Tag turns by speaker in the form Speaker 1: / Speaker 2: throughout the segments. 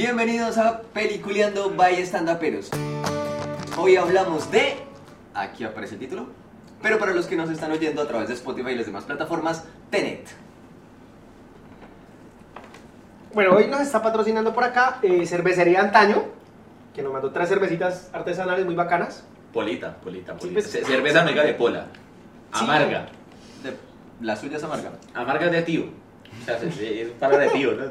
Speaker 1: Bienvenidos a Peliculeando by Standuperos. Hoy hablamos de... Aquí aparece el título. Pero para los que nos están oyendo a través de Spotify y las demás plataformas, Tenet.
Speaker 2: Bueno, hoy nos está patrocinando por acá eh, Cervecería Antaño, que nos mandó tres cervecitas artesanales muy bacanas.
Speaker 3: Polita, polita, polita.
Speaker 2: pues-
Speaker 3: Ce- Cerveza amiga de pola.
Speaker 2: Sí.
Speaker 3: Amarga.
Speaker 1: De- La suya es amarga.
Speaker 3: Amarga es de tío. O sea, se- se- es para de tío, ¿no?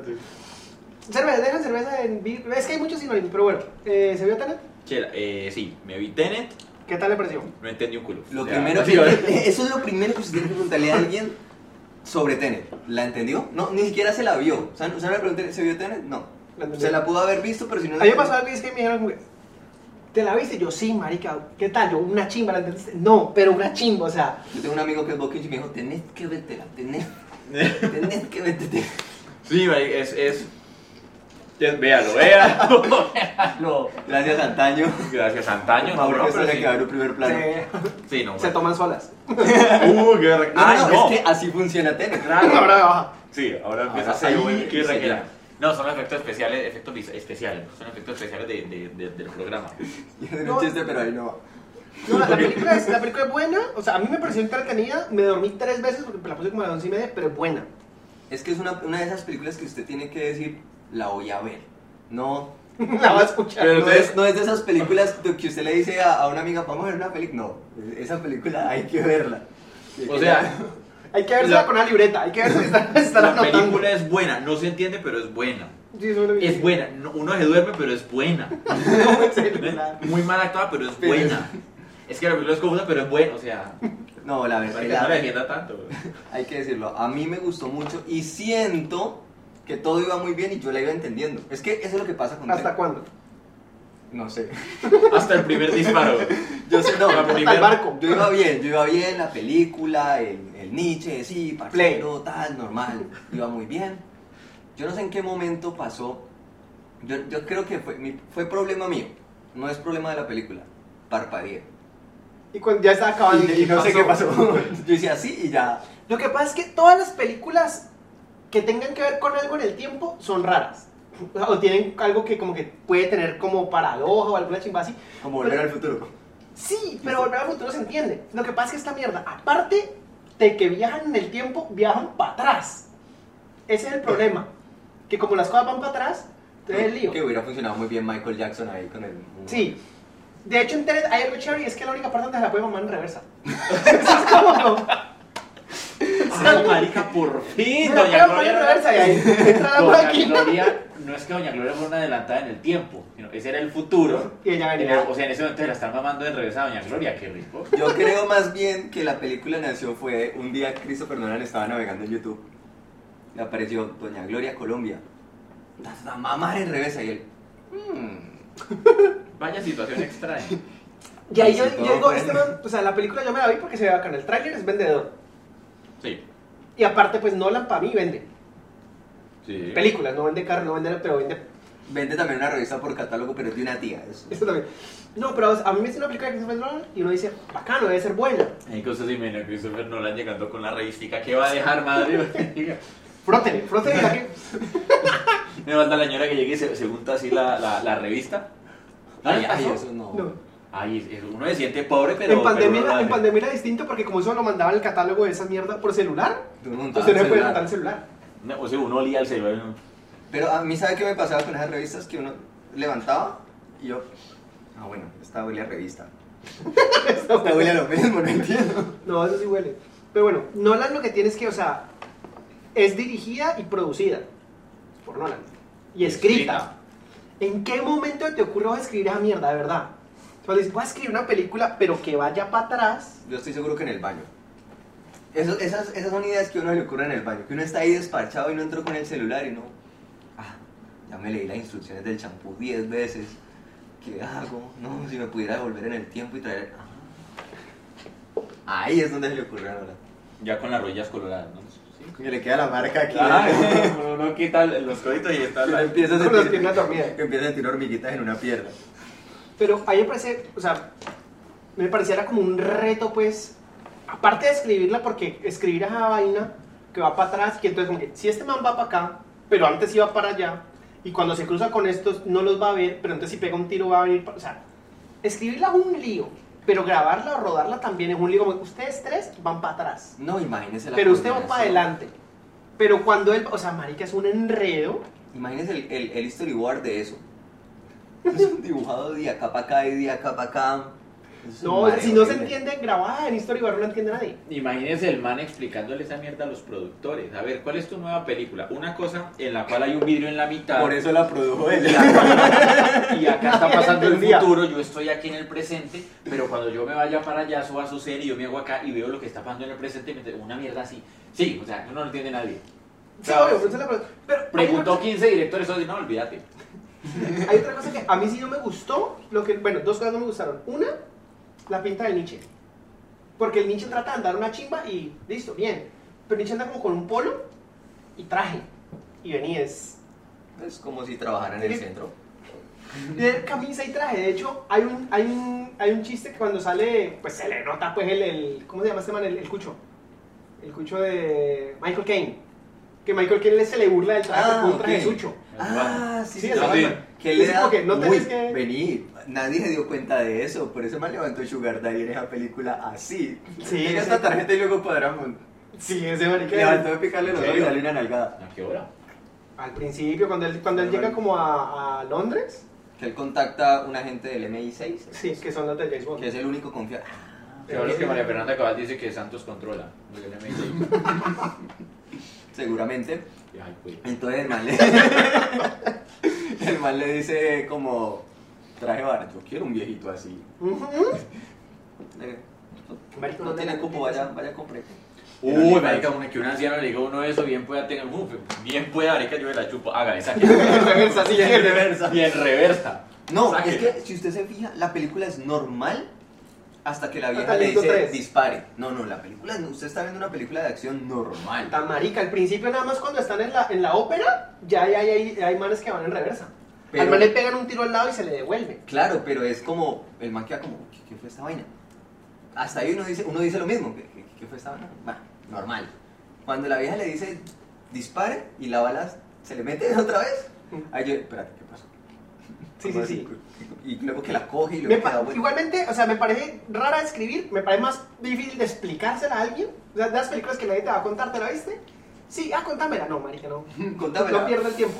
Speaker 2: Cerveza, dejan cerveza en... vi- Es que hay muchos sinónimos, pero bueno. Eh, ¿Se vio Tenet?
Speaker 3: Chela, eh, sí, me vi Tenet,
Speaker 2: ¿Qué tal le pareció?
Speaker 3: no entendí un culo.
Speaker 1: Lo
Speaker 3: O sea,
Speaker 1: primero
Speaker 3: sí,
Speaker 1: que-
Speaker 3: ¿verdad?
Speaker 1: Eso es lo primero que usted tiene que preguntarle a alguien sobre Tenet. ¿La entendió? No, ni siquiera se la vio. O sea, usted no le pregunté, ¿se vio Tenet? No.
Speaker 2: La entendí.
Speaker 1: Se la pudo haber visto, pero si no
Speaker 2: A
Speaker 1: la
Speaker 2: mí me
Speaker 1: entendió-
Speaker 2: pasó algo y es que me dijeron, como que, ¿te la viste? Yo, sí, marica, ¿qué tal? Yo, una chimba, ¿la entendiste? No, pero una chimba, o sea...
Speaker 1: Yo tengo un amigo que es Boquinch y me dijo, tenés que vértela, tenés, tenés que vértela.
Speaker 3: Sí, marica, es, es... es- Véalo, véalo.
Speaker 1: No. Gracias antaño.
Speaker 3: Gracias, antaño. No,
Speaker 1: Ahora
Speaker 3: no,
Speaker 1: que
Speaker 3: pero
Speaker 1: se le quedó en
Speaker 3: sí.
Speaker 1: un primer plano.
Speaker 2: se-
Speaker 3: sí, no.
Speaker 2: se toman solas.
Speaker 3: Uh, qué
Speaker 1: No,
Speaker 3: re- Ay,
Speaker 1: no,
Speaker 3: no.
Speaker 1: Ah, es que así funciona Tenet.
Speaker 2: Ahora me baja.
Speaker 3: Sí, ahora
Speaker 1: Ahora
Speaker 3: empieza a
Speaker 1: sí,
Speaker 3: ser
Speaker 1: güey,
Speaker 3: qué
Speaker 1: sí,
Speaker 3: reguera.
Speaker 1: ya.
Speaker 3: No, son efectos especiales, efectos vis- especiales, son efectos especiales de- de- de- del programa.
Speaker 1: Yo tenía
Speaker 2: No.
Speaker 1: un chiste, pero ahí no va.
Speaker 2: No, la, la película es, la película es buena, o sea, a mí me pareció entretenida, me dormí tres veces porque me la puse como a las once y media, pero es buena.
Speaker 1: Es que es una, una de esas películas que usted tiene que decir, la voy a ver. No,
Speaker 2: la voy a escuchar.
Speaker 3: Pero
Speaker 1: no,
Speaker 3: entonces-
Speaker 1: es, no es de esas películas de que usted le dice a, a una amiga, vamos a ver una película. No, esa película hay que verla.
Speaker 3: O sea,
Speaker 2: Hay que vérsela
Speaker 3: La-
Speaker 2: con una libreta, hay que ver si están, están
Speaker 3: la
Speaker 2: anotando.
Speaker 3: película es buena, no se entiende, pero es buena.
Speaker 2: Sí, eso lo vi.
Speaker 3: Es buena, no- uno se duerme, pero es buena.
Speaker 2: No, en serio, nada.
Speaker 3: Muy mal actuada, pero es
Speaker 1: Pero es-
Speaker 3: buena. Es que la película es confusa, pero es buena, o sea,
Speaker 1: no, la
Speaker 3: para que no la
Speaker 1: verdad,
Speaker 3: defienda tanto.
Speaker 1: hay que decirlo. A mí me gustó mucho y siento que todo iba muy bien y yo la iba entendiendo. Es que eso es lo que pasa con
Speaker 2: ¿Hasta
Speaker 1: Tenet.
Speaker 2: cuándo?
Speaker 1: No sé.
Speaker 3: Hasta el primer disparo.
Speaker 1: Yo sé, no,
Speaker 3: La
Speaker 1: yo-
Speaker 2: Hasta el
Speaker 3: Primero,
Speaker 2: barco.
Speaker 1: yo iba bien, yo iba bien, la película, el, el Nietzsche, sí, parcero, tal, normal, iba muy bien. Yo no sé en qué momento pasó, yo, yo creo que fue, mi- fue problema mío, no es problema de la película, parpadeé.
Speaker 2: Y cuando ya está acabando.
Speaker 1: Y- y no sé qué pasó. Yo hice así y ya.
Speaker 2: Lo que pasa es que todas las películas que tengan que ver con algo en el tiempo son raras. O tienen algo que como que puede tener como paradoja o alguna chimba así.
Speaker 1: Como volver al futuro.
Speaker 2: Sí, pero volver al futuro se entiende. Lo que pasa es que esta mierda, aparte de que viajan en el tiempo, viajan para atrás. Ese es el problema. Que como las cosas van para atrás, entonces es lío.
Speaker 1: Que hubiera funcionado muy bien Michael Jackson ahí con el.
Speaker 2: Sí. De hecho, en Tenet hay algo chévere y es que la única parte donde se la puede mamar en reversa. es como no.
Speaker 3: Ay, Ah, marica, por fin,
Speaker 2: Se la
Speaker 3: doña
Speaker 2: puede mamar en
Speaker 3: Gloria.
Speaker 2: reversa y ahí entra la
Speaker 3: Doña
Speaker 2: máquina.
Speaker 3: Gloria, no es que Doña Gloria fue una adelantada en el tiempo, sino ese era el futuro.
Speaker 2: Y ella
Speaker 3: En el-
Speaker 2: venía.
Speaker 3: o sea, en ese momento se la están mamando en reversa a Doña Gloria, qué rico.
Speaker 1: Yo creo más bien que la película nació fue un día Christopher Nolan estaba navegando en YouTube. Le apareció Doña Gloria Colombia. La, la mamá en revés y él. "Mm".
Speaker 3: Vaya situación extraña.
Speaker 2: Y ahí yo,
Speaker 1: Sí, todo
Speaker 2: yo digo,
Speaker 1: bueno.
Speaker 2: este man, o sea, la película yo me la vi porque se ve bacana. El tráiler es vendedor.
Speaker 3: Sí.
Speaker 2: Y aparte, pues Nolan para mí vende.
Speaker 3: Sí.
Speaker 2: Películas, no vende carro, no vende, pero vende
Speaker 1: Vende también una revista por catálogo, pero es de una tía. es-
Speaker 2: Eso también. No, pero o sea, a mí me hace una película que se fue y uno dice, bacano, debe ser buena.
Speaker 3: Hay cosas y menos Christopher Nolan llegando con la revistica que va a dejar madre.
Speaker 2: Frótele, frótele la que.
Speaker 3: Me manda la señora que llegue y se, se junta así la, la, la revista.
Speaker 1: Ay,
Speaker 3: Ay,
Speaker 1: ay,
Speaker 3: eso.
Speaker 1: eso no.
Speaker 2: No.
Speaker 3: Ay, es- uno se siente pobre, pero.
Speaker 2: en pandemia,
Speaker 3: pero uno lo
Speaker 2: en
Speaker 3: hace.
Speaker 2: pandemia era distinto porque como eso lo mandaba el catálogo de esa mierda por celular,
Speaker 1: Tú no montabas
Speaker 2: usted no puede
Speaker 1: celular.
Speaker 2: montar el celular.
Speaker 3: No, o sea, uno olía el celular. ¿no?
Speaker 1: Pero a mí, ¿sabe qué me pasaba con esas revistas? Que uno levantaba y yo. Ah, bueno, esta huele a revista. Esta huele a lo mismo, no entiendo.
Speaker 2: No, eso sí huele. Pero bueno, Nolan lo que tiene es que, o sea, es dirigida y producida por Nolan. Y
Speaker 3: Y
Speaker 2: escrita. ¿En qué momento te ocurre "Voy a escribir esa mierda, de verdad? Cuando dices, voy a escribir una película, pero que vaya para atrás.
Speaker 1: Yo estoy seguro que en el baño. Eso- esas, esas son ideas que a uno le ocurre en el baño. Que uno está ahí despachado y no entró con el celular y no. Ah, ya me leí las instrucciones del champú 10 veces. ¿Qué hago? No, si me pudiera volver en el tiempo y traer. Ah. Ahí es donde se le ocurre ahora.
Speaker 3: Ya con las rodillas coloradas, ¿no? Sí.
Speaker 1: Que le queda la marca aquí.
Speaker 3: Ah, uno- uno quita los coditos y está
Speaker 1: Uno
Speaker 3: la.
Speaker 1: empieza a
Speaker 2: Con las
Speaker 1: sentir,
Speaker 2: piernas dormidas.
Speaker 1: empieza a sentir hormiguitas en una pierna.
Speaker 2: Pero a mí me parece, o sea, me pareciera como un reto, pues, aparte de escribirla, porque escribir esa vaina que va para atrás, que entonces, como que si este man va para acá, pero antes iba para allá, Y cuando se cruza con estos, no los va a ver, pero entonces si pega un tiro va a venir. pa- O sea, escribirla es un lío, pero grabarla o rodarla también es un lío. Como ustedes tres van para atrás,
Speaker 1: No, imagínese la
Speaker 2: pero usted va
Speaker 1: coordinación.
Speaker 2: para adelante. Pero cuando él, o sea, marica, es un enredo.
Speaker 1: Imagínese el, el, el storyboard de eso. Es un dibujado de acá para acá y de acá para acá. Es un
Speaker 2: No,
Speaker 1: mareo
Speaker 2: si no se
Speaker 1: horrible.
Speaker 2: entiende grabada en historia, no entiende nadie.
Speaker 3: Imagínense el man explicándole esa mierda a los productores. A ver, ¿cuál es tu nueva película? Una cosa en la cual hay un vidrio en la mitad.
Speaker 1: Por eso la produjo él.
Speaker 3: Y acá, y acá está pasando el
Speaker 2: Entendía.
Speaker 3: futuro, yo estoy aquí en el presente, pero cuando yo me vaya para allá, eso va a suceder y yo me hago acá y veo lo que está pasando en el presente, me entero, una mierda así. Sí, o sea, no lo entiende nadie.
Speaker 2: Sí,
Speaker 3: Claro.
Speaker 2: obvio, por eso la pregunta. Pero
Speaker 3: Preguntó 15 directores, eso sí, no, olvídate.
Speaker 2: Hay otra cosa que a mí sí no me gustó, lo que, bueno, dos cosas no me gustaron. Una, la pinta de Nietzsche. Porque el Nietzsche trata de andar una chimba y listo, bien. Pero Nietzsche anda como con un polo y traje. Y venías.
Speaker 1: Es como si trabajara en el centro.
Speaker 2: De camisa y traje. De hecho, hay un, hay un, hay un chiste que cuando sale, pues se le nota pues el, el ¿cómo se llama este man? El, el cucho. El cucho de Michael Caine. Que Michael Caine se le burla del traje
Speaker 1: Ah,
Speaker 2: con un traje
Speaker 1: ok.
Speaker 2: sucho.
Speaker 1: Ah, sí,
Speaker 2: Sí,
Speaker 1: sí,
Speaker 2: esa
Speaker 1: sí.
Speaker 2: vaina.
Speaker 1: Que
Speaker 2: Es
Speaker 1: le da,
Speaker 2: como que no tenés
Speaker 1: "Uy,
Speaker 2: que-
Speaker 1: vení, nadie se dio cuenta de eso, por eso me levantó Sugar Daddy en esa película así.
Speaker 2: Sí,
Speaker 1: Tenga
Speaker 2: sí.
Speaker 1: esta tarjeta y luego cuadramos.
Speaker 2: Sí, ese marica.
Speaker 1: Levantó de picarle los
Speaker 3: ¿En
Speaker 1: ojos y
Speaker 3: serio?
Speaker 1: darle una nalgada.
Speaker 3: ¿A qué hora?
Speaker 2: Al principio, cuando él, cuando él llega como a, a Londres,
Speaker 1: Que él contacta a un agente del MI6,
Speaker 2: sí, que son los de James
Speaker 1: que
Speaker 2: Bond.
Speaker 1: es el único confiado.
Speaker 2: Ah,
Speaker 3: Claro, es que María Fernanda Cabal dice que Santos controla. Lo que le me dice.
Speaker 1: Seguramente.
Speaker 3: Ay, pues. güey.
Speaker 1: Entonces el man le, el man le dice como, traje barato, quiero un viejito así.
Speaker 2: Ujú.
Speaker 1: Eh,
Speaker 2: Marico,
Speaker 1: No
Speaker 2: no
Speaker 1: tiene
Speaker 2: le-
Speaker 1: cupo, vaya, vaya, compre.
Speaker 3: Uy, marica, una, que un anciano le diga a uno de eso, bien pueda tener un bien pueda, marica, yo me la chupo, haga esa que
Speaker 2: En reversa, sí,
Speaker 3: y
Speaker 2: en
Speaker 3: en
Speaker 2: reversa.
Speaker 3: reversa, y en reversa.
Speaker 1: No,
Speaker 3: Sáquela.
Speaker 1: es que si usted se fija, la película es normal hasta que la
Speaker 2: Hasta
Speaker 1: vieja
Speaker 2: el
Speaker 1: le
Speaker 2: minuto
Speaker 1: dice
Speaker 2: tres.
Speaker 1: dispare. No, no, la película, no, usted está viendo una película de acción normal.
Speaker 2: Tan marica, al principio nada más cuando están en la, en la ópera, ya hay, hay, hay, hay manes que van en reversa. Al
Speaker 1: Pero-
Speaker 2: man le pegan un tiro al lado y se le devuelve.
Speaker 1: Claro, pero es como, el man queda como, ¿qué, qué fue esta vaina? Hasta ahí uno dice, uno dice lo mismo, ¿qué, qué- qué fue esta vaina? Bah, normal. Cuando la vieja le dice dispare y la bala se le mete otra vez, ahí yo, espérate, ¿qué pasó?
Speaker 2: Sí, sí, sí.
Speaker 1: Y luego que la coge y
Speaker 2: Me
Speaker 1: luego que
Speaker 2: pa-
Speaker 1: la vuelve.
Speaker 2: igualmente, o sea, me parece rara de escribir, me parece más difícil de explicársela a alguien. O sea, de las películas que nadie te va a contar, ¿te la viste? Sí, ah, contámela. No, marica, no.
Speaker 1: Contámela.
Speaker 2: No pierdo el tiempo.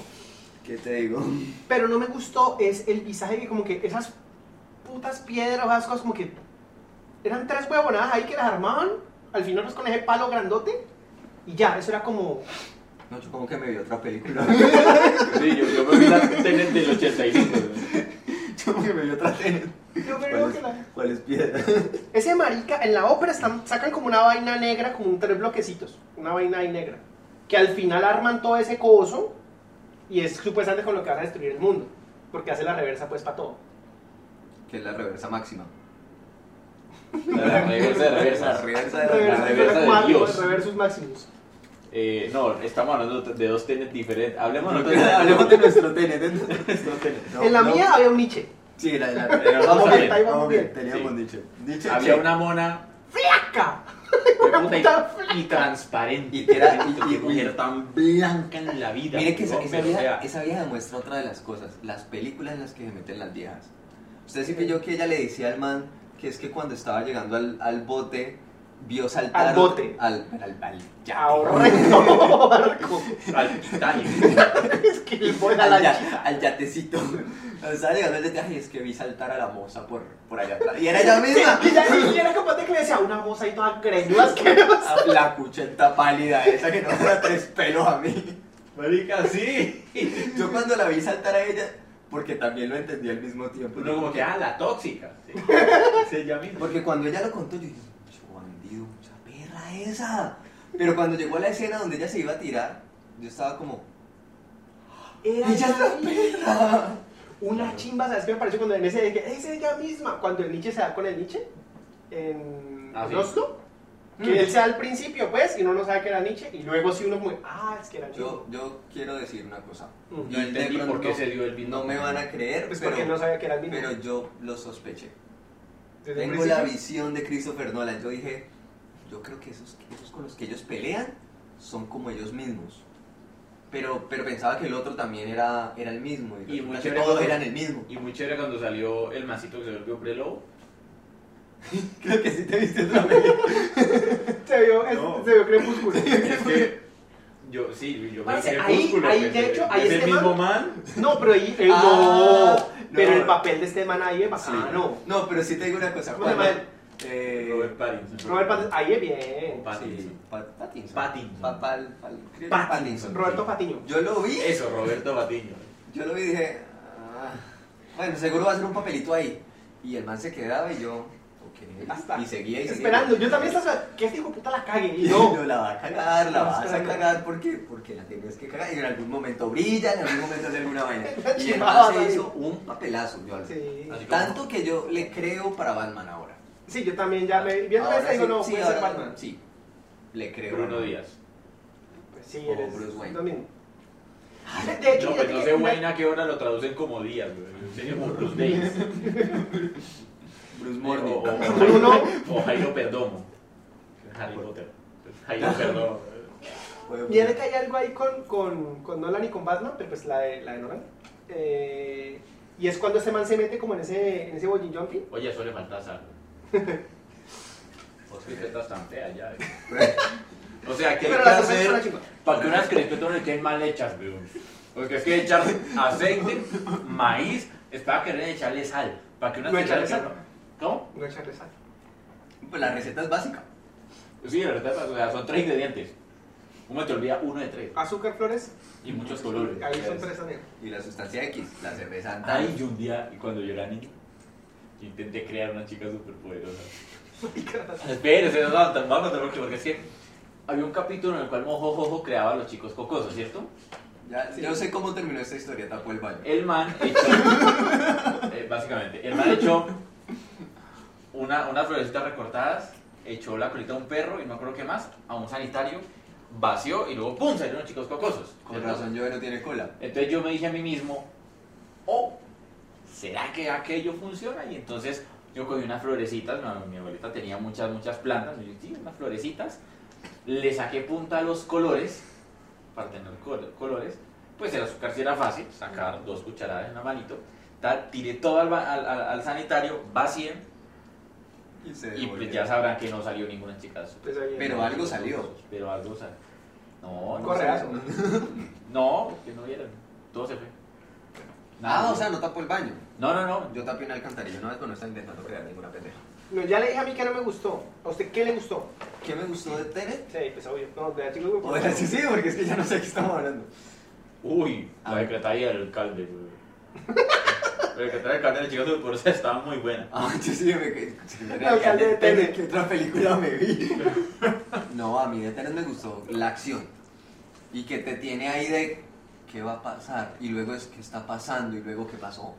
Speaker 1: ¿Qué te digo?
Speaker 2: pero no me gustó es el visaje que como que esas putas piedras, esas cosas como que eran tres huevonadas ahí que las armaban, al final pues con ese palo grandote y ya, eso era como
Speaker 1: No, yo como que me vi otra película.
Speaker 3: Sí, yo, yo me vi la tenet del 85. ¿no?
Speaker 1: yo como que me vi otra tele.
Speaker 2: yo creo
Speaker 1: ¿Cuál
Speaker 2: que
Speaker 1: es,
Speaker 2: la-
Speaker 1: cuál es piedra?
Speaker 2: ese marica en la ópera están- sacan como una vaina negra, como un tres bloquecitos, una vaina ahí negra, que al final arman todo ese coso y es supuestamente con lo que vas a destruir el mundo, porque hace la reversa pues para todo.
Speaker 1: que es la reversa máxima.
Speaker 3: La reversa de
Speaker 1: La
Speaker 3: reversa.
Speaker 1: reversa de la
Speaker 2: Reversa,
Speaker 1: reversa.
Speaker 3: reversa de
Speaker 2: Máximo,
Speaker 3: Dios.
Speaker 2: Reversus Maximus.
Speaker 3: Eh, no, estamos hablando de dos tenet diferentes. Hablemos nosotros de
Speaker 1: Hablemos de nuestro tenet. de nuestro tenet. No,
Speaker 2: en la
Speaker 1: no.
Speaker 2: mía había un Nietzsche.
Speaker 1: Sí, la de la.
Speaker 3: Pero
Speaker 1: vamos
Speaker 3: está
Speaker 1: bien,
Speaker 3: bien,
Speaker 2: ahí
Speaker 1: vamos
Speaker 2: vamos
Speaker 1: bien.
Speaker 2: bien.
Speaker 1: Teníamos
Speaker 3: Sí.
Speaker 1: dicho. Dicho
Speaker 3: Había
Speaker 1: que-
Speaker 3: una mona
Speaker 2: ¡Flaca!
Speaker 3: hijueputa, y-
Speaker 2: Puta
Speaker 3: y, transparente.
Speaker 1: Y que era- y-
Speaker 3: Qué
Speaker 1: y-
Speaker 3: mujer tan blanca en la vida.
Speaker 1: Mire que esa,
Speaker 3: ¿no?
Speaker 1: esa
Speaker 3: Pero, o
Speaker 1: vieja,
Speaker 3: sea,
Speaker 1: esa vieja demuestra otra de las cosas, las películas en las que se meten las viejas. Usted sí pilló que ella le decía al man que es que cuando estaba llegando al, al bote, vio saltar...
Speaker 2: Al bote.
Speaker 1: Al, al, al yate.
Speaker 2: Ahorrendo barco.
Speaker 3: al Titanic.
Speaker 2: Es que el boy Pues, a
Speaker 1: al,
Speaker 2: la
Speaker 1: ya- al yatecito. Cuando estaba llegando al yate, ay, es que vi saltar a la moza por, por allá atrás. Y era ella misma.
Speaker 2: Y ya ni siquiera capaz de que le decía una voz ahí toda creídas que
Speaker 1: A Ah, La cucheta pálida esa que no me da tres pelos a mí.
Speaker 3: Marica, sí.
Speaker 1: Yo cuando la vi saltar a ella, porque también lo entendí al mismo tiempo.
Speaker 3: Uno como que, ah, la tóxica. Sí, Sí, ella misma.
Speaker 1: Porque cuando ella lo contó, yo dije, "Mucho bandido, mucha perra esa. Pero cuando llegó a la escena donde ella se iba a tirar, yo estaba como,
Speaker 2: Era
Speaker 1: ¡ella es la perra!
Speaker 2: Una chimba, ¿sabes qué me pareció cuando en ese dije, es ella misma? Cuando el Nietzsche se da con el Nietzsche en
Speaker 3: Ah, sí.
Speaker 2: Oslo, que
Speaker 1: Mm.
Speaker 2: él se da al principio, pues, y uno no sabe que era Nietzsche, y luego sí uno como, ah, es que era Nietzsche.
Speaker 1: Yo, yo quiero decir una cosa.
Speaker 2: Mm.
Speaker 1: Y
Speaker 3: No entendí
Speaker 1: de pronto
Speaker 3: por qué se dio el vino.
Speaker 1: No me van a creer,
Speaker 2: pues porque
Speaker 1: pero,
Speaker 2: no sabía que era el mismo.
Speaker 1: pero yo lo sospeché.
Speaker 2: Desde el
Speaker 1: Tengo la
Speaker 2: principio.
Speaker 1: visión de Christopher Nolan. Yo dije, yo creo que esos, esos con los que ellos pelean son como ellos mismos. pero, pero pensaba que el otro también era, era el mismo.
Speaker 3: Y
Speaker 1: Y, resulta
Speaker 3: muy
Speaker 1: que
Speaker 3: chévere
Speaker 1: todos
Speaker 3: cuando-
Speaker 1: eran el mismo.
Speaker 3: Y muy chévere cuando salió el mancito que se volvió prelobo.
Speaker 1: Creo que sí te viste otra vez.
Speaker 2: Se vio, es-
Speaker 3: No.
Speaker 2: se vio crepúsculo.
Speaker 3: Es que yo, sí, yo
Speaker 2: Parce,
Speaker 3: vi
Speaker 2: ahí-
Speaker 3: Crepúsculo,
Speaker 2: ahí,
Speaker 3: pues,
Speaker 2: de
Speaker 3: eh,
Speaker 2: hecho, ahí
Speaker 3: es
Speaker 2: este
Speaker 3: el mismo
Speaker 2: man-
Speaker 3: man.
Speaker 2: No, pero ahí. eh,
Speaker 1: Ah,
Speaker 2: no, Pero
Speaker 1: no.
Speaker 2: el papel de este man ahí es
Speaker 1: Sí.
Speaker 2: bacano.
Speaker 1: No, pero sí te digo una cosa.
Speaker 2: ¿Cómo se llama
Speaker 1: cuando-
Speaker 2: él?
Speaker 1: Eh,
Speaker 3: Robert Pattinson.
Speaker 2: Robert Pattinson. Ahí es bien.
Speaker 3: Pattinson.
Speaker 1: sí, Pat- Pattinson.
Speaker 3: Pattinson.
Speaker 1: Pa- pal- pal- creo que
Speaker 2: Pattinson.
Speaker 1: Pattinson.
Speaker 2: Roberto Patiño.
Speaker 1: Yo lo vi,
Speaker 3: Eso, Roberto Patiño.
Speaker 1: yo lo vi y dije, ah, bueno, seguro va a ser un papelito ahí. Y el man se quedaba y yo, ok.
Speaker 2: Hasta-
Speaker 1: Y seguía y seguía.
Speaker 2: Esperando. Yo también estaba. Que este hijo de puta la cague.
Speaker 1: Y
Speaker 2: Y
Speaker 1: no,
Speaker 2: no.
Speaker 1: la va a cagar, la
Speaker 2: No,
Speaker 1: vas a
Speaker 2: espérame.
Speaker 1: cagar, ¿por qué? Porque la tienes que cagar y en algún momento brilla, en algún momento hace alguna vaina.
Speaker 2: La
Speaker 1: Y el
Speaker 2: chimba va a
Speaker 1: man se
Speaker 2: salir.
Speaker 1: hizo un papelazo, yo al-
Speaker 2: Sí.
Speaker 3: Así como-
Speaker 1: Tanto que yo le creo para Batman ahora.
Speaker 2: Sí, yo también ya me. Viendo
Speaker 1: Ahora
Speaker 2: esta digo,
Speaker 1: sí-
Speaker 2: no,
Speaker 1: sí,
Speaker 2: puede
Speaker 1: ahora
Speaker 2: ser Batman.
Speaker 1: Sí, le creo.
Speaker 3: Bruno Díaz.
Speaker 2: Pues sí,
Speaker 1: O
Speaker 2: eres.
Speaker 1: Bruce Wayne.
Speaker 2: También. De hecho,
Speaker 3: No,
Speaker 2: fíjate
Speaker 3: pues no
Speaker 2: que
Speaker 3: sé,
Speaker 2: Eh, una-
Speaker 3: Wayne, a qué hora lo traducen como Díaz, güey. Sería como Bruce Days.
Speaker 1: Bruce
Speaker 3: O,
Speaker 1: Morning.
Speaker 3: o- o
Speaker 2: Bruno.
Speaker 3: o Jairo Perdomo. Harry Potter. Jairo Perdomo.
Speaker 2: Viene que hay algo ahí con, con, con Nolan y con Batman, pero pues la de, la de Nolan. Eh, y es cuando ese man se mete como en ese, en ese bollin jumping.
Speaker 3: Oye, eso le falta sal. Vos que te estás Pues, tan fea ya. güey. O sea, ¿qué hay
Speaker 2: Pero
Speaker 3: que
Speaker 2: la sorpresa es una
Speaker 3: hacer
Speaker 2: chingona.
Speaker 3: para que unas crispetas no le queden mal hechas, güey? Porque es que echar aceite, maíz, estaba queriendo echarle sal. Para que unas
Speaker 2: No echarle
Speaker 3: crispetas-
Speaker 2: sal.
Speaker 3: ¿Cómo?
Speaker 2: No echarle sal.
Speaker 1: Pues la receta es básica.
Speaker 3: Sí, la verdad, o sea, son tres ingredientes. Uno te olvida uno de tres.
Speaker 2: Azúcar, flores.
Speaker 3: Y muchos colores.
Speaker 2: Ahí son tres amigos.
Speaker 1: Y la sustancia X, la cerveza antal.
Speaker 3: Ay, yo un día, cuando yo era niño, intenté crear una chica superpoderosa. Espérense, no, no, tan- vamos a tener que- porque es que había un capítulo en el cual Mojo Jojo creaba a los chicos cocosos, ¿cierto?
Speaker 1: Ya, Yo sé cómo terminó esta historia, tapó el baño.
Speaker 3: El man echó, eh, básicamente, el man echó una, unas florecitas recortadas, echó la colita a un perro y no creo qué más, a un sanitario, vació y luego ¡pum! salieron los chicos cocosos.
Speaker 1: Con razón, yo no tiene cola.
Speaker 3: Entonces yo me dije a mí mismo, oh, ¿será que aquello funciona? Y entonces yo cogí unas florecitas, mi, mi abuelita tenía muchas, muchas plantas, y yo, sí, unas florecitas, le saqué punta a los colores, para tener col- colores, pues el azúcar sí era fácil, sacar dos cucharadas en la manito, tal, tiré todo al, ba- al, al- al sanitario, vacié,
Speaker 1: Y se
Speaker 3: y
Speaker 1: devolvió.
Speaker 3: pues ya sabrán que no salió ninguna chica de su-
Speaker 2: Pues ahí-
Speaker 1: Pero algo salió.
Speaker 3: Pero algo salió. No, no
Speaker 2: Correazo.
Speaker 3: salió. No, que no vieron, todo se fue.
Speaker 1: Ah, o sea, no tapó el baño.
Speaker 3: No, no, no.
Speaker 1: Yo tapé una alcantarilla una vez, pero no estaba intentando crear ninguna pendeja.
Speaker 2: No, ya le dije a mí que no me gustó. ¿A usted qué le gustó?
Speaker 1: ¿Qué me gustó de Tenet?
Speaker 2: Sí, pues obvio. No, pues, de la chica güey,
Speaker 1: O de la sí, sí, porque es que ya no sé de qué estamos hablando.
Speaker 3: Uy, la secretaria del alcalde, güey. La secretaria del alcalde de Chicas del Poder estaba muy buena.
Speaker 1: Ah, yo sí, me quedé.
Speaker 2: El alcalde de Tenet.
Speaker 1: ¿Qué otra película me vi? No, a mí de Tenet me gustó la acción. Y que te tiene ahí de qué va a pasar. Y luego es qué está pasando. Y luego qué pasó.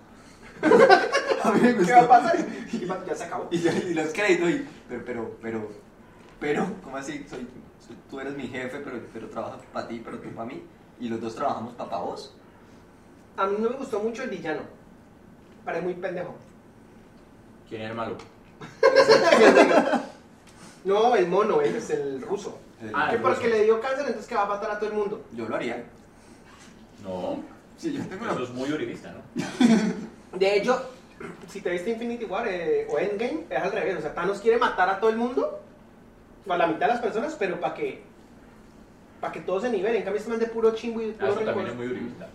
Speaker 1: a mí me gustó.
Speaker 2: ¿Qué va a pasar? Y va- ya se acabó.
Speaker 1: Y, yo- y los créditos, y, pero, pero, pero, pero, ¿cómo así? Soy, soy- tú eres mi jefe, pero, pero trabajas para ti, pero tú para mí. Y los dos trabajamos para vos.
Speaker 2: A mí no me gustó mucho el villano. Parece muy pendejo.
Speaker 3: ¿Quién es el malo?
Speaker 2: No, el mono, él es el ruso.
Speaker 3: Ah,
Speaker 2: que
Speaker 3: el
Speaker 2: porque
Speaker 3: ruso.
Speaker 2: le dio cáncer, entonces que va a matar a todo el mundo.
Speaker 1: Eh, Yo lo haría.
Speaker 3: No,
Speaker 1: Sí, yo tengo
Speaker 3: eso es muy uribista, ¿no?
Speaker 2: De hecho, si te viste Infinity War eh, o Endgame, es al revés. O sea, Thanos quiere matar a todo el mundo, o a la mitad de las personas, pero para que, para que todos se nivelen. En cambio, este man de puro chingo y
Speaker 3: Ah,
Speaker 2: puro
Speaker 3: Eso también
Speaker 2: rencor.
Speaker 3: es muy uribista.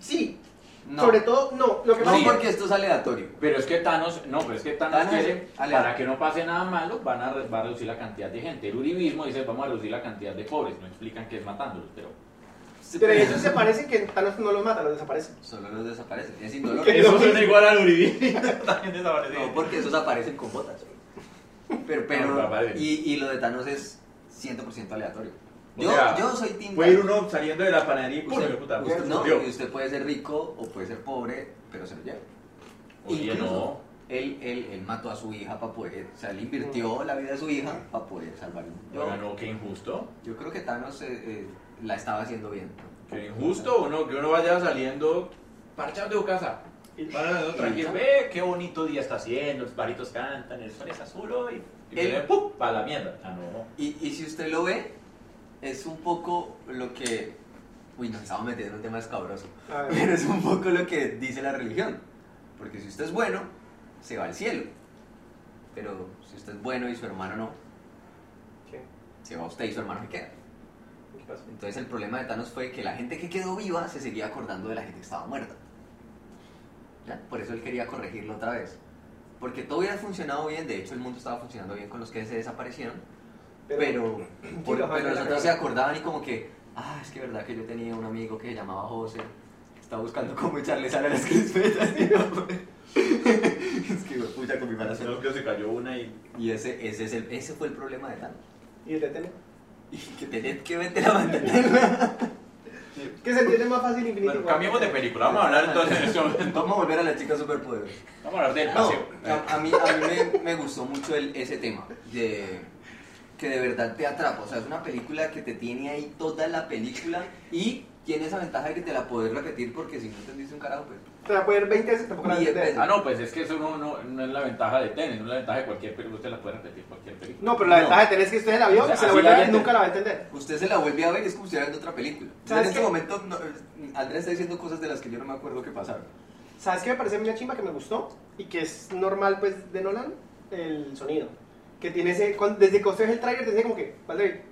Speaker 2: Sí,
Speaker 1: No,
Speaker 2: sobre todo, no. Lo que
Speaker 1: no
Speaker 2: pasa
Speaker 3: Sí.
Speaker 1: porque esto es aleatorio.
Speaker 3: Pero es que Thanos, no, pero es que Thanos,
Speaker 1: Thanos,
Speaker 3: quiere,
Speaker 1: ale-
Speaker 3: para que no pase nada malo, van a, re- va a reducir la cantidad de gente. El uribismo dice, vamos a reducir la cantidad de pobres. No explican que es matándolos, pero...
Speaker 2: es, pero ellos se parecen que Thanos no los mata, los desaparece.
Speaker 1: Solo los desaparecen, es sin dolor.
Speaker 2: ¿Qué?
Speaker 3: Eso suena igual al uribismo. También desaparece.
Speaker 1: No, porque esos aparecen con botas. Pero,
Speaker 3: No,
Speaker 1: pero,
Speaker 3: pero aparecen.
Speaker 1: y, y lo de Thanos es 100% aleatorio.
Speaker 3: O
Speaker 1: Yo,
Speaker 3: sea,
Speaker 1: yo soy Tim
Speaker 3: Puede ir uno saliendo de la panadería y ¡pum! hijo de puta,
Speaker 1: Usted-
Speaker 3: se
Speaker 1: no,
Speaker 3: murió.
Speaker 1: y usted puede ser rico o puede ser pobre, pero se lo lleva.
Speaker 3: Oye,
Speaker 1: Incluso,
Speaker 3: no.
Speaker 1: Él, él, él mató a su hija para poder, o sea, él invirtió la vida de su hija para poder salvar el mundo.
Speaker 3: Oiga,
Speaker 1: Yo,
Speaker 3: no, qué injusto.
Speaker 1: yo creo que Thanos eh, eh, la estaba haciendo bien.
Speaker 3: Qué injusto uno, que uno vaya saliendo parchado de tu casa. Parado tranquilo, ve qué bonito día está haciendo, los paritos cantan, el sol es azul hoy. Y
Speaker 1: El-
Speaker 3: viene, ¡pum! para la mierda. Ah, no.
Speaker 1: Y, y si usted lo ve, es un poco lo que Uy, nos estamos metiendo en un tema escabroso.
Speaker 2: A ver.
Speaker 1: Pero es un poco lo que dice la religión. Porque si usted es bueno, se va al cielo. Pero si usted es bueno y su hermano no,
Speaker 2: ¿Qué?
Speaker 1: se va usted y su hermano se queda.
Speaker 2: ¿Qué pasó?
Speaker 1: Entonces el problema de Thanos fue que la gente que quedó viva se seguía acordando de la gente que estaba muerta. ¿Ya? Por eso él quería corregirlo otra vez. Porque todo hubiera funcionado bien, de hecho el mundo estaba funcionando bien con los que se desaparecieron, pero,
Speaker 2: Sí,
Speaker 1: por-
Speaker 2: ajá,
Speaker 1: pero
Speaker 2: la
Speaker 1: los
Speaker 2: cara.
Speaker 1: otros se acordaban y como que, ah, es que verdad que yo tenía un amigo que se llamaba José, que estaba buscando cómo echarle sal a las crispetas. y no fue. es que pucha con mi mala suerte.
Speaker 3: que se cayó una y.
Speaker 1: Y ese, ese, es el, ese fue el problema de Thanos.
Speaker 2: ¿Y el de tele?
Speaker 1: Y que tenés que vete la mantenerla.
Speaker 2: Que se entiende más fácil infinito.
Speaker 3: Bueno,
Speaker 2: War.
Speaker 3: cambiemos de película. Vamos a hablar entonces en este momento.
Speaker 1: Vamos a volver a la chica superpoderosa.
Speaker 3: Vamos a hablar del
Speaker 1: No,
Speaker 3: paseo.
Speaker 1: a, a mí, a mí me, me gustó mucho el- ese tema, de, que de verdad te atrapa. O sea, es una película que te tiene ahí toda la película y tiene esa ventaja de que te la puedes repetir porque si no entendiste un carajo, pues.
Speaker 2: Te la puede ver 20 veces, tampoco la
Speaker 1: Ni de
Speaker 2: entendés.
Speaker 1: pedo.
Speaker 3: Ah, no, pues es que eso no, no, no es la ventaja de tenis, no es la ventaja de cualquier película. Usted la puede repetir cualquier película.
Speaker 2: No, pero la
Speaker 1: No.
Speaker 2: ventaja de tener es que usted en el avión
Speaker 3: pues, O sea,
Speaker 2: se la
Speaker 3: así
Speaker 2: vuelve
Speaker 3: la
Speaker 2: a ver y
Speaker 3: gente-
Speaker 2: nunca la va a entender.
Speaker 1: Usted se la vuelve a ver y es como si fuera de otra película. O sea, en
Speaker 2: ¿Sabes
Speaker 1: este
Speaker 2: qué?
Speaker 1: momento, no, eh, Andrés está diciendo cosas de las que yo no me acuerdo que pasaron.
Speaker 2: ¿Sabes qué me parece a mí una chimba que me gustó? Y que es normal, pues, de Nolan, el sonido. Que tiene ese. cuando- desde que usted ve el trailer, te dice como que. ¿Vale?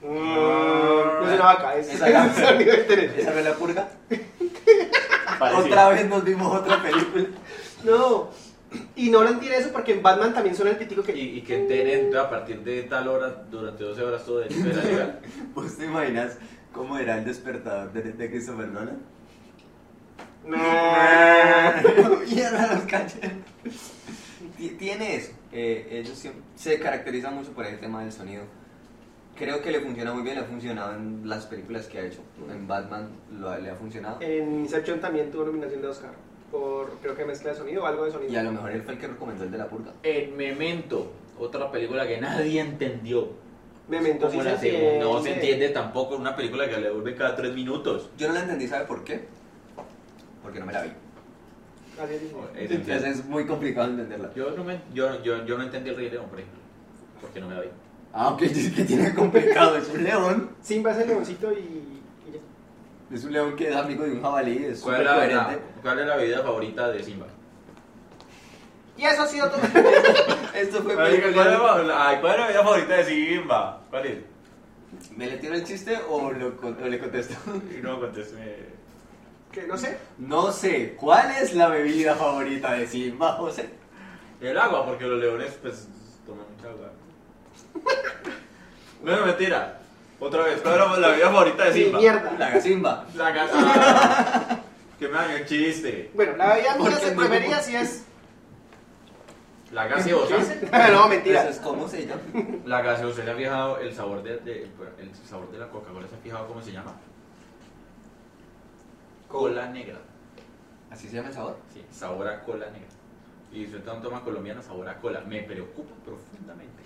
Speaker 2: No es una vaca, es
Speaker 1: Esa vaca.
Speaker 2: el sonido de Tenet.
Speaker 1: ¿Esa fue la purga?
Speaker 3: Parecido.
Speaker 1: Otra vez nos vimos otra película.
Speaker 2: No. Y Nolan tiene eso porque en Batman también suena el pitico que.
Speaker 3: Y, y que Tenet a partir de tal hora, durante 12 horas, todo el era legal.
Speaker 1: ¿Vos te imaginas cómo era el despertador de, de Christopher Nolan? Ah. Mierda, los caché. Ti- Tiene eso. Eh, ellos siempre- se caracterizan mucho por el tema del sonido. Creo que le funciona muy bien, le ha funcionado en las películas que ha hecho. En Batman lo ha- le ha funcionado.
Speaker 2: En Inception también tuvo nominación de Oscar por creo que mezcla de sonido o algo de
Speaker 1: Y a
Speaker 2: sonido.
Speaker 1: lo mejor él fue el que recomendó el de la purga.
Speaker 3: En Memento, otra película que nadie entendió.
Speaker 2: Memento sí
Speaker 3: Como
Speaker 2: se
Speaker 3: la segunda, No se
Speaker 2: entiende.
Speaker 3: entiende tampoco una película que le vuelve cada 3 minutos.
Speaker 1: Yo no la entendí, ¿sabe por qué? Porque no me la vi.
Speaker 2: Así es, sí.
Speaker 3: Es
Speaker 1: Entonces es muy complicado entenderla.
Speaker 3: Yo no, me, yo, yo, yo no entendí el Rey León, por ejemplo, porque no me la vi.
Speaker 1: Ah, ok, es que tiene complicado. Es un león.
Speaker 2: Simba es el leoncito y, y ya.
Speaker 1: Es un león que es amigo de un jabalí. Es
Speaker 3: ¿Cuál
Speaker 1: súper
Speaker 3: es, la, la-
Speaker 1: coherente.
Speaker 3: ¿Cuál es la bebida favorita de Simba?
Speaker 2: Y eso ha sido todo.
Speaker 1: Esto
Speaker 2: Pues,
Speaker 1: fue
Speaker 3: Ay, ¿Cuál es
Speaker 1: película.
Speaker 3: la- ay, ¿cuál es la bebida favorita de Simba? ¿Cuál es?
Speaker 1: ¿Me le tiro el chiste o, lo con- o le contesto?
Speaker 3: Y no contesté.
Speaker 2: que no sé.
Speaker 1: No sé, ¿cuál es la bebida favorita de Simba, José?
Speaker 3: El agua, porque los leones pues toman mucha agua. bueno, mentira. Otra vez, ¿cuál era la bebida favorita de
Speaker 2: Ni
Speaker 3: Simba?
Speaker 2: mierda.
Speaker 1: La Simba.
Speaker 3: La casa. que me hagan el chiste.
Speaker 2: Bueno, la bebida
Speaker 1: ¿Por
Speaker 2: mía
Speaker 1: qué
Speaker 2: se
Speaker 1: no?
Speaker 2: prefería si es.
Speaker 3: La gaseosa.
Speaker 2: no,
Speaker 1: Eso
Speaker 2: mentira.
Speaker 1: es como se llama.
Speaker 3: La gaseosa se ha fijado el sabor de, de- el sabor de la Coca-Cola se ha fijado cómo se llama. Cola negra.
Speaker 1: ¿Así se llama el sabor?
Speaker 3: Sí, sabor a cola negra. Y si usted no toma colombiana, sabor a cola. Me preocupa profundamente.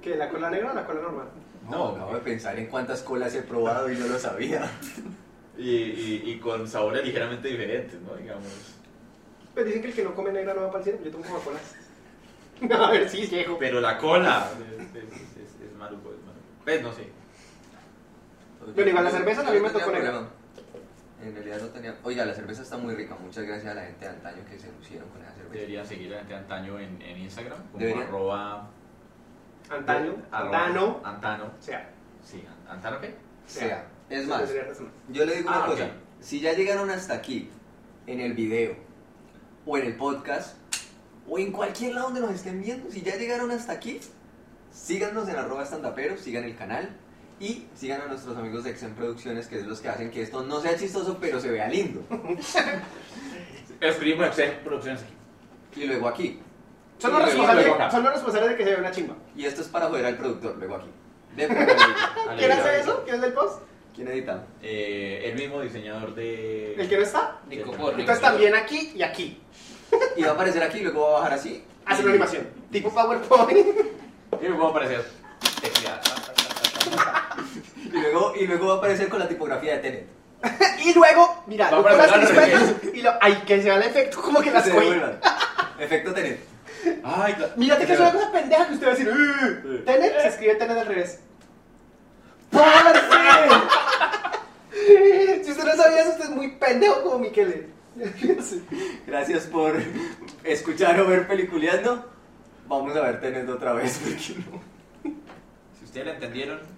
Speaker 2: Que la cola negra o la cola normal.
Speaker 1: No,
Speaker 3: No.
Speaker 1: acabo de pensar en cuántas colas he probado y no lo sabía.
Speaker 3: Y, y, y con sabores ligeramente diferentes, ¿no? Digamos.
Speaker 2: Pues dicen que el que no come negra no va para el cielo. Yo tomo Coca-Cola. No, a ver si sí, llego.
Speaker 3: Pero la cola. Es, es, es, es maluco, es maluco. Pues no sé.
Speaker 2: Bueno, igual la cerveza también me
Speaker 1: No tenía
Speaker 2: tocó negra.
Speaker 1: problema. En realidad no tenía... Oiga, la cerveza está muy rica. Muchas gracias a la gente de antaño que se lucieron con esa cerveza.
Speaker 3: Deberían seguir a gente antaño en, en Instagram. Como
Speaker 1: Debería.
Speaker 3: arroba.
Speaker 2: Antaño,
Speaker 3: Eh, arroba-
Speaker 2: Antano.
Speaker 3: Antano.
Speaker 2: O sea,
Speaker 3: Sí, an- ¿Antano qué?
Speaker 1: Sea, es
Speaker 2: se
Speaker 1: más,
Speaker 2: podría razón.
Speaker 1: yo le digo una
Speaker 3: Ah, ok.
Speaker 1: cosa. Si ya llegaron hasta aquí, en el video, o en el podcast, o en cualquier lado donde nos estén viendo, si ya llegaron hasta aquí, síganos en arroba standapero, sigan el canal y sigan a nuestros amigos de Exen Producciones, que es los que hacen que esto no sea chistoso, pero se vea lindo.
Speaker 3: Escribimos Excel Producciones aquí.
Speaker 1: Y luego aquí.
Speaker 2: Son los
Speaker 1: Y luego
Speaker 2: responsables-
Speaker 3: luego acá.
Speaker 2: son los responsables de que se vea una chimba.
Speaker 1: Y esto es para joder al productor, luego aquí. De-
Speaker 2: ¿Quién
Speaker 3: Alegría.
Speaker 2: hace eso? ¿Quién es del post?
Speaker 1: ¿Quién edita?
Speaker 3: Eh, el mismo diseñador de.
Speaker 2: ¿El que no está?
Speaker 3: Nico
Speaker 2: Entonces también aquí y aquí.
Speaker 1: Y va a aparecer aquí, luego va a bajar así.
Speaker 2: Hace una animación. Tipo PowerPoint.
Speaker 3: Y me puedo aparecer. Tecleada.
Speaker 1: Y luego, y luego va a aparecer con la tipografía de Tenet.
Speaker 2: Y luego, mira,
Speaker 3: Va
Speaker 2: lo
Speaker 3: a
Speaker 2: pones
Speaker 3: aparecer al
Speaker 2: crispetas y lo. ¡Ay, que se va el efecto! Como que las
Speaker 1: Se
Speaker 2: coí.
Speaker 1: devuelvan. Efecto Tenet.
Speaker 3: Ay, cla-
Speaker 2: Mírate que es
Speaker 3: Pero-
Speaker 2: uh, una cosa pendeja que usted va a decir. "Uh, Tenet se escribe Tenet al revés. ¡Parce! si usted no sabía eso, usted es muy pendejo como Miquel.
Speaker 1: Gracias por escuchar o ver peliculeando. Vamos a ver Tenet otra vez, porque no.
Speaker 3: Si ustedes la entendieron, pues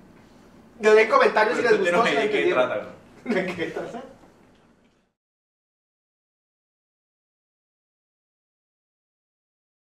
Speaker 2: Denle comentarios si les
Speaker 3: usted
Speaker 2: gustó.
Speaker 3: no
Speaker 2: si
Speaker 3: me
Speaker 2: la
Speaker 3: diga que
Speaker 2: entendieron.
Speaker 3: trata.
Speaker 2: ¿De qué trata?